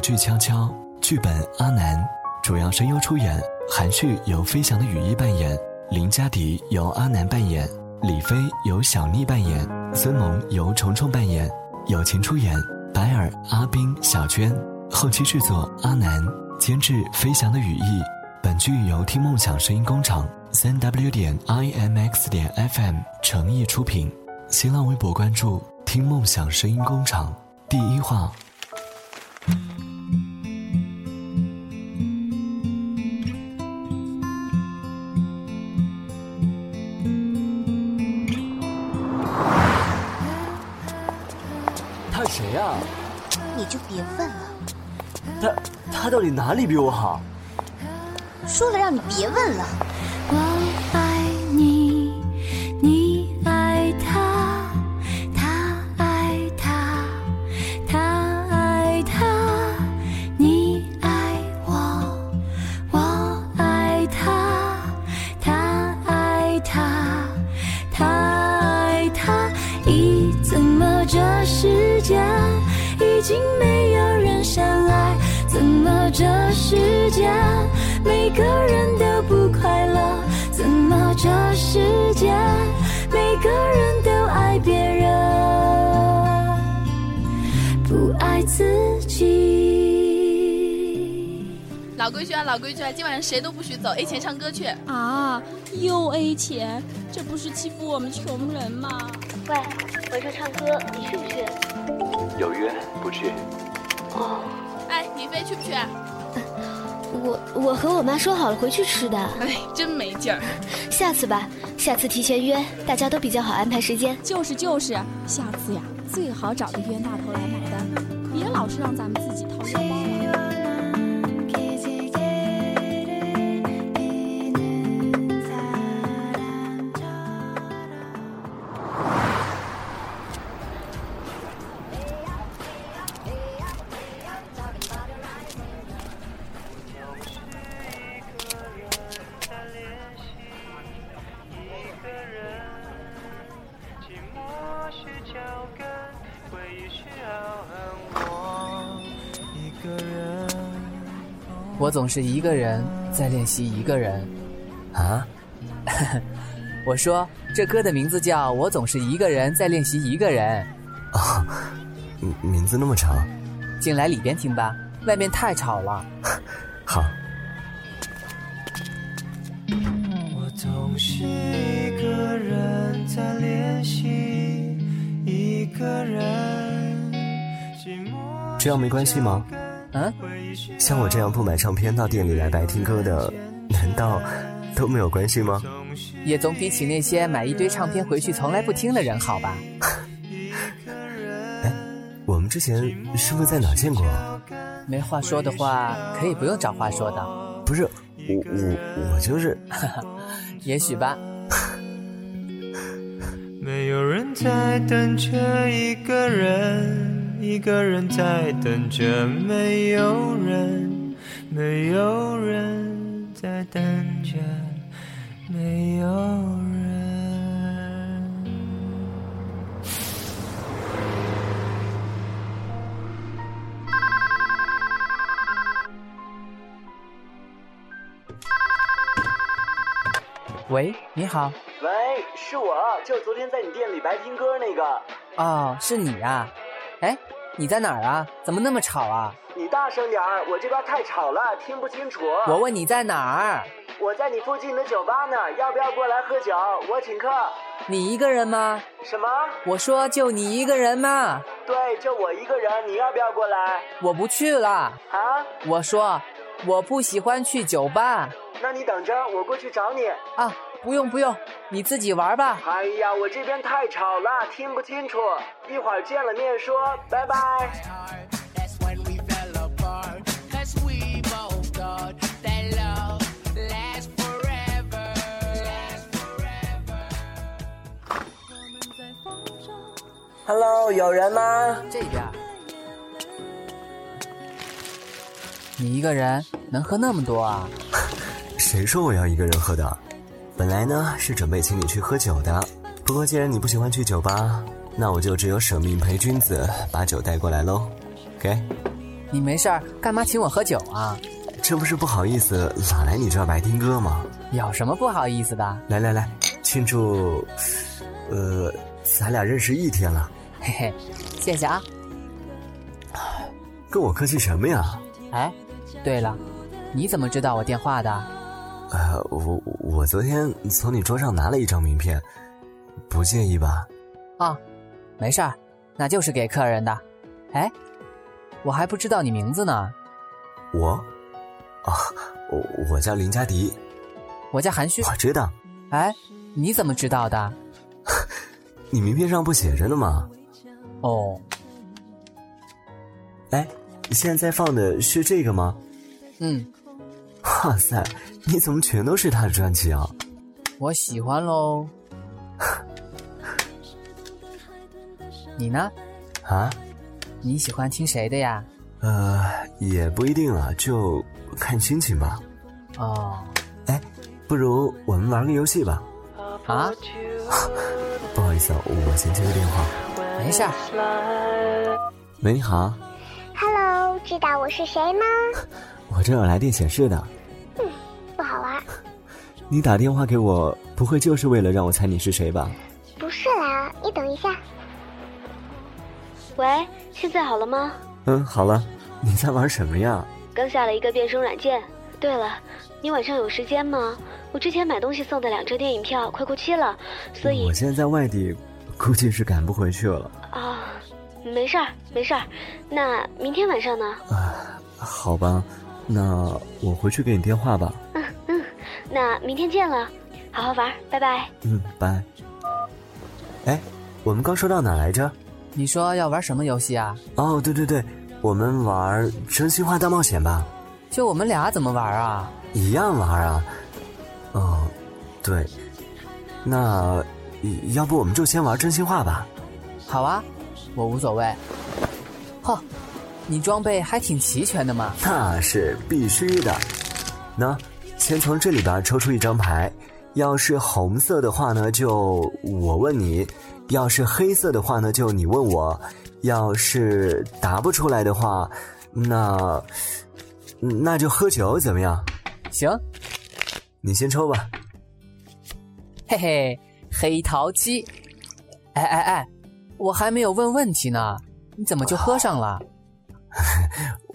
有句悄悄，剧本阿南，主要声优出演，韩旭由飞翔的雨衣扮演，林佳迪由阿南扮演，李飞由小妮扮演，孙萌由虫虫扮演，友情出演，白尔、阿冰、小娟，后期制作阿南，监制飞翔的羽翼。本剧由听梦想声音工厂三 w 点 i m x 点 f m 诚意出品，新浪微博关注“听梦想声音工厂”第一话。他谁啊呀、你就别问了，他他到底哪里比我好？说了让你别问了。我爱你，你爱他，他爱他，他爱他，你爱我，我爱他，他爱他，他爱他。咦，怎么这世界已经没有人相爱？怎么这世界每个人都不快乐？怎么这世界每个人都爱别人，不爱自己？老规矩啊，老规矩啊，今晚上谁都不许走，A 钱唱歌去。啊，又 A 钱，这不是欺负我们穷人吗？喂，晚上唱歌你去不去？有约不去。哎，李飞去不去？我我和我妈说好了回去吃的，哎，真没劲儿。下次吧，下次提前约，大家都比较好安排时间。就是就是，啊下次呀，最好找个冤大头来买单，别老是让咱们自己掏腰包了。寂寞是脚跟，回忆是傲寒。我一个人，我总是一个人在练习一个人。啊， 我说这歌的名字叫《我总是一个人在练习一个人嗯名字那么长，》，进来里边听吧，外面太吵了。好，我总是一个人在练习，一个人。寂寞这样没关系吗？嗯，回忆是像我这样不买唱片到店里来白听歌的，难道都没有关系吗？也总比起那些买一堆唱片回去从来不听的人好吧？我们之前是不是在哪儿见过？啊没话说的话，可以不用找话说的。不是，我我我就是也许吧，没有人在等着一个人，一个人在等着没有人，没有人在等着没有人。喂，你好，喂，是我，就是昨天在你店里白听歌那个。哦，是你啊？哎，你在哪儿啊？怎么那么吵啊？你大声点儿，我这边太吵了，听不清楚。我问你在哪儿？我在你附近的酒吧呢，要不要过来喝酒？我请客。你一个人吗？什么？我说就你一个人吗？对，就我一个人，你要不要过来？我不去了。啊？我说我不喜欢去酒吧那你等着，我过去找你。啊，不用不用，你自己玩吧。哎呀，我这边太吵了，听不清楚。一会儿见了面说，拜拜。Hello，有人吗？这边，你一个人能喝那么多啊？谁说我要一个人喝的？啊本来呢是准备请你去喝酒的，不过既然你不喜欢去酒吧，那我就只有舍命陪君子，把酒带过来喽。给，你没事儿干嘛请我喝酒啊？这不是不好意思老来你这儿白听歌吗？有什么不好意思的？来来来，庆祝，呃，咱俩认识一天了，嘿嘿，谢谢啊。跟我客气什么呀？哎，对了，你怎么知道我电话的？呃，我我昨天从你桌上拿了一张名片，不介意吧？啊，没事儿，那就是给客人的。哎，我还不知道你名字呢，我，啊，我我叫林佳迪，我叫韩旭。我知道哎，你怎么知道的？你名片上不写着呢吗？哦，哎，现在放的是这个吗？嗯，哇塞，你怎么全都是他的专辑啊？我喜欢喽。你呢？啊，你喜欢听谁的呀？呃，也不一定了，就看心情吧。哦，哎，不如我们玩个游戏吧。啊，不好意思啊，我先接个电话。没事儿。喂，你好， Hello，知道我是谁吗？我这有来电显示的，嗯不好玩， 你打电话给我，不会就是为了让我猜你是谁吧？不是啦，你等一下。喂，现在好了吗？嗯，好了，你在玩什么呀？刚下了一个变声软件。对了，你晚上有时间吗？我之前买东西送的两张电影票快过期了，所以我现在在外地，估计是赶不回去了。啊、没事儿没事儿。那明天晚上呢？好吧，那我回去给你电话吧。那明天见了，好好玩，拜拜。嗯，拜。哎，我们刚说到哪来着？你说要玩什么游戏啊？哦，对对对，我们玩真心话大冒险吧，就我们俩怎么玩啊？一样玩啊。哦，对，那要不我们就先玩真心话吧？好啊，我无所谓。嚯，你装备还挺齐全的嘛。那是必须的。那先从这里边抽出一张牌，要是红色的话呢，就我问你；要是黑色的话呢，就你问我；要是答不出来的话，那那就喝酒怎么样？行，你先抽吧。嘿嘿，黑桃七。哎哎哎，我还没有问问题呢，你怎么就喝上了？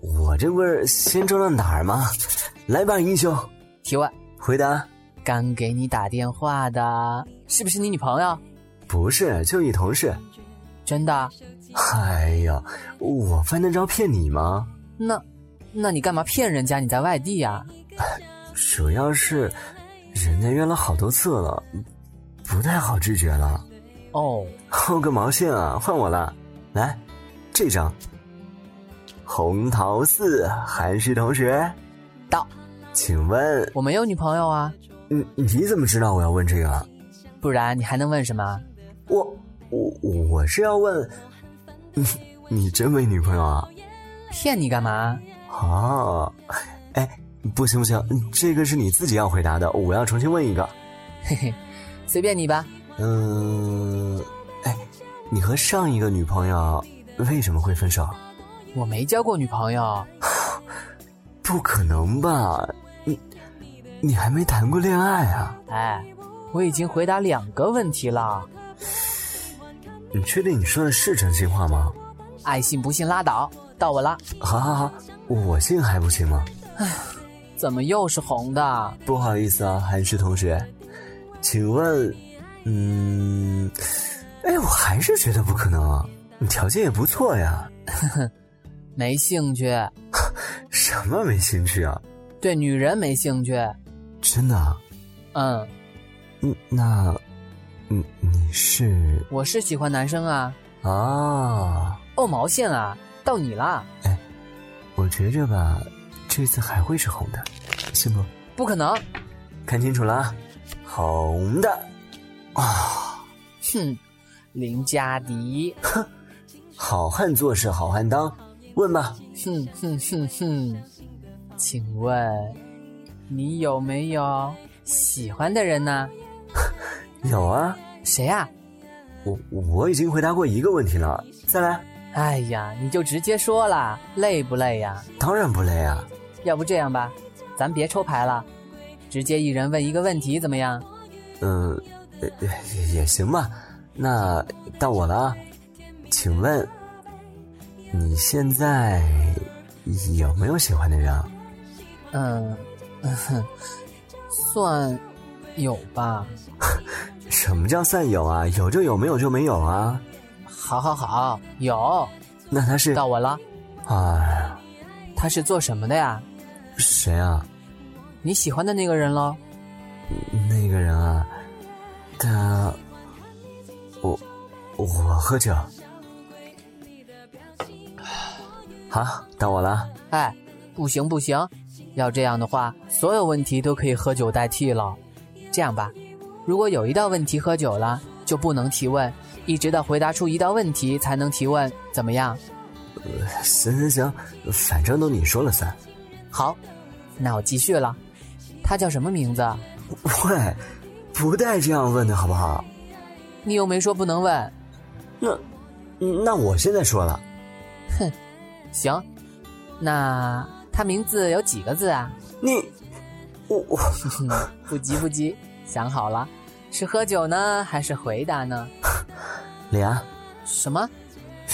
我这不是先抽到哪儿吗？来吧，英雄，提问：回答刚给你打电话的是不是你女朋友？不是就一同事。真的？哎呀，我犯得着骗你吗？那，那你干嘛骗人家你在外地呀、主要是人家约了好多次了，不太好拒绝了。哦，哦个毛线啊！换我了，来，这张红桃四，韩旭同学到，请问我没有女朋友啊，你你怎么知道我要问这个啊？不然你还能问什么？我我我是要问，你你真没女朋友啊？骗你干嘛？哦，哎，不行不行，这个是你自己要回答的，我要重新问一个。嘿嘿，随便你吧。嗯，哎，你和上一个女朋友为什么会分手？我没交过女朋友，不可能吧？你你还没谈过恋爱啊？哎，我已经回答两个问题了，你确定你说的是真心话吗？爱信不信拉倒。到我啦，好好好，我信还不行吗？怎么又是红的？不好意思啊，韩旭同学，请问，嗯，哎，我还是觉得不可能啊。你条件也不错呀，没兴趣，什么没兴趣啊？对女人没兴趣。真的啊？嗯，嗯，那，嗯，你是我是喜欢男生啊。啊？哦，毛线啊，到你啦！我觉着吧，这次还会是红的，信不？不可能，看清楚了啊，红的啊！哼，林佳迪，好汉做事好汉当，问吧，哼哼哼哼，请问你有没有喜欢的人呢？有啊，谁呀、啊我我已经回答过一个问题了，再来，哎呀，你就直接说啦，累不累呀？当然不累啊。要不这样吧，咱别抽牌了，直接一人问一个问题，怎么样？嗯，也行吧。那到我了啊，请问你现在有没有喜欢的人啊？嗯，嗯算有吧。什么叫算有啊？有就有，没有就没有啊。好好好，有。那他是到我了。哎，他是做什么的呀？谁啊？你喜欢的那个人喽？那个人啊，他，我，我喝酒。 好，到我了。哎，不行不行，要这样的话，所有问题都可以喝酒代替了。这样吧，如果有一道问题喝酒了，就不能提问，一直到回答出一道问题才能提问，怎么样？呃、行行行，反正都你说了算。好，那我继续了。他叫什么名字？ 喂，不带这样问的好不好？你又没说不能问。那，嗯那我现在说了。哼，行。那他名字有几个字啊？ 你，我我不急不急，想好了，是喝酒呢还是回答呢？俩。什么？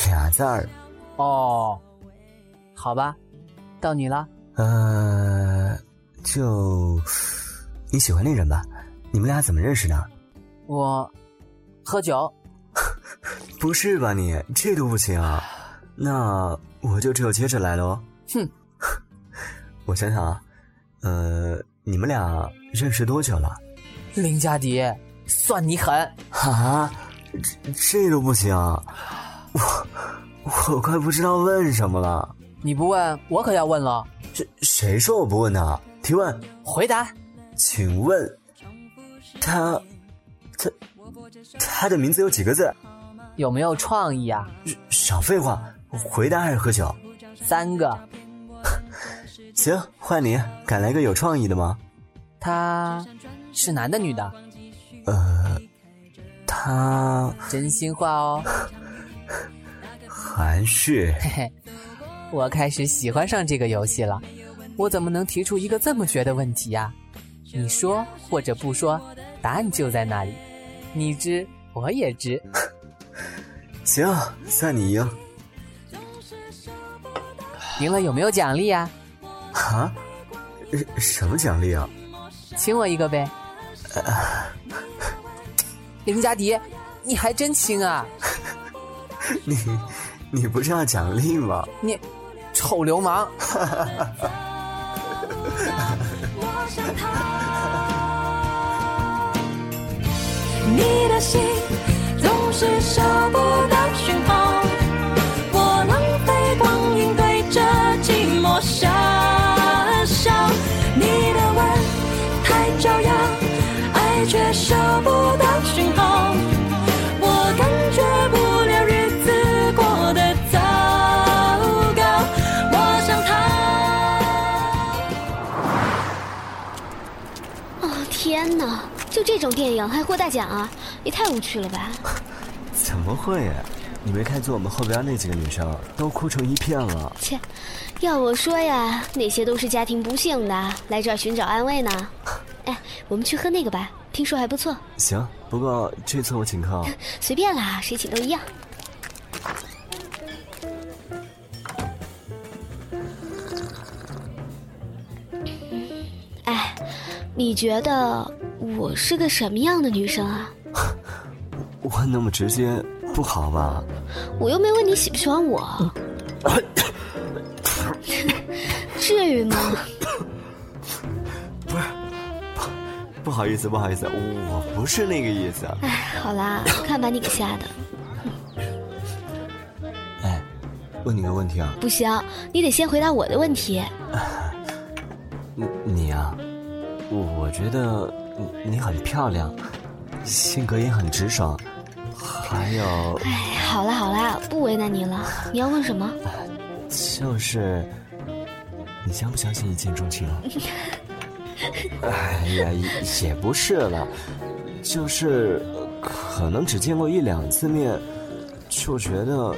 俩字儿。哦，好吧，到你了。呃，就。你喜欢那人吧？你们俩怎么认识的？我喝酒。不是吧你？你这都不行啊？那我就只有接着来了哦。哼， 我想想啊，呃，你们俩认识多久了？林佳迪，算你狠！啊，这这都不行，啊我我快不知道问什么了。你不问，我可要问了。这谁说我不问的？提问，回答。请问，他，他，他的名字有几个字？有没有创意啊？少废话，回答还是喝酒？三个。行，换你，敢来个有创意的吗？他是男的女的？呃，他真心话哦。 韩 旭。嘿嘿，我开始喜欢上这个游戏了。我怎么能提出一个这么绝的问题呀、啊？你说或者不说，答案就在那里。你知，我也知。行，算你赢。赢了有没有奖励呀、啊？啊？什么奖励啊？ 请我一个呗。啊、林佳迪，你还真轻啊！你，你不是要奖励吗？你，臭流氓！想他，你的心总是舍不得讯号，我浪费光阴对着寂寞傻笑。你的吻太招摇，爱却舍不得讯号，我感觉不了日子过得糟糕。我想他。哦天哪！就这种电影还获大奖啊，也太无趣了吧！怎么会、啊？你没看见我们后边那几个女生都哭成一片了？切，要我说呀，那些都是家庭不幸的，来这儿寻找安慰呢。 哎，我们去喝那个吧，听说还不错。行，不过这次我请客。随便啦，谁请都一样。哎。你觉得我是个什么样的女生啊？问那么直接不好吧？我又没问你喜不喜欢我， 至于吗？ 不是不，不好意思，不好意思，我不是那个意思。啊哎，好啦，看把你给吓的。哎，问你个问题啊？不行，你得先回答我的问题。你你啊？我觉得你很漂亮，性格也很直爽，还有……哎，好啦好啦，不为难你了。你要问什么？就是你相不相信一见钟情？ 哎呀，也不是了，就是可能只见过一两次面，就觉得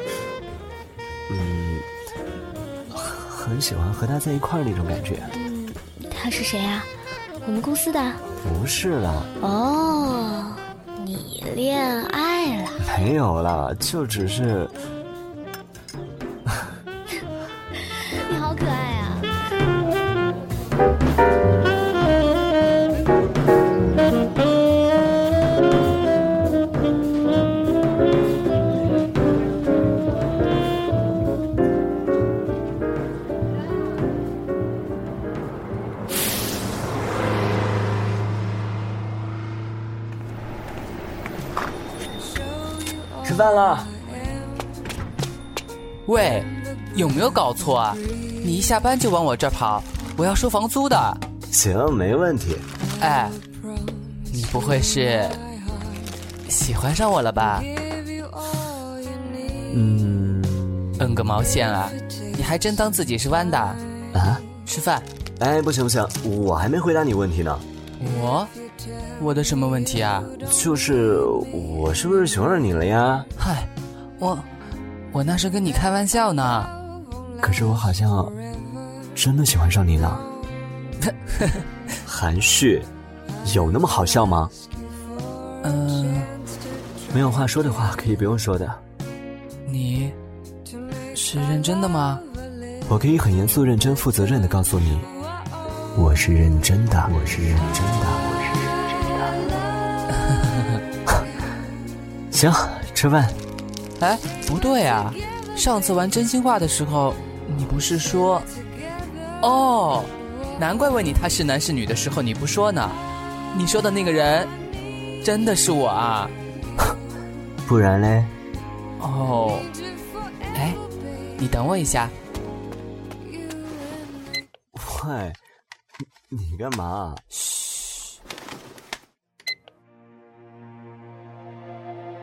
嗯，很喜欢和他在一块儿那种感觉。他是谁啊？我们公司的？不是了，哦，你恋爱了？没有了，就只是你好可爱啊！吃饭了。喂，有没有搞错啊？你一下班就往我这儿跑，我要收房租的。行，没问题。哎，你不会是喜欢上我了吧？嗯，摁个毛线啊！你还真当自己是弯的啊？吃饭。哎，不行不行，我还没回答你问题呢。我，我的什么问题啊？就是我是不是求着你了呀？嗨，我，我那是跟你开玩笑呢。可是我好像真的喜欢上你 了。韩旭，有那么好笑吗？嗯、没有话说的话可以不用说的，你是认真的吗？我可以很严肃、认真、负责任的告诉你，我是认真的，我是认真的，我是认真的。 行，吃饭。哎，不对啊，上次玩真心话的时候，你不是说……哦，难怪问你他是男是女的时候你不说呢。你说的那个人，真的是我啊？不然嘞？哦，哎，你等我一下，喂，你你干嘛？啊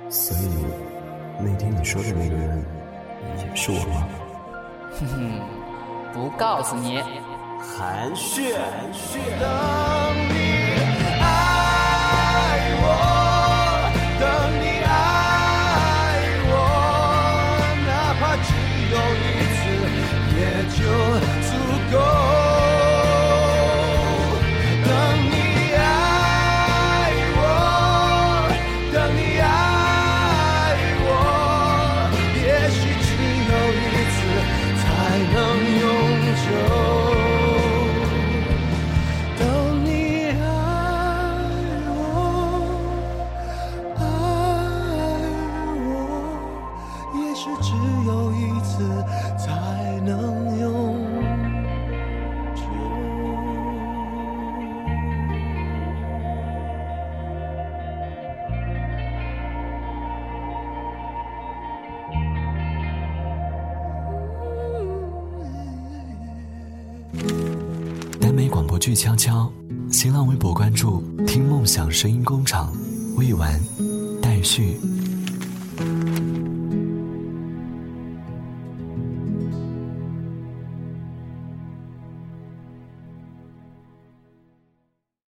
所以那天你说的那个人也是我吗？哼哼，不告诉你。韩旭，韩旭。当你爱我，当你爱我，哪怕只有一次，也就足够。当你爱我，当你爱我，也许只有一次，才能永久。当你爱我，爱我，也许只有一次才能永久。耽美广播剧《悄悄》，新浪微博关注“听梦想声音工厂”，未完待续。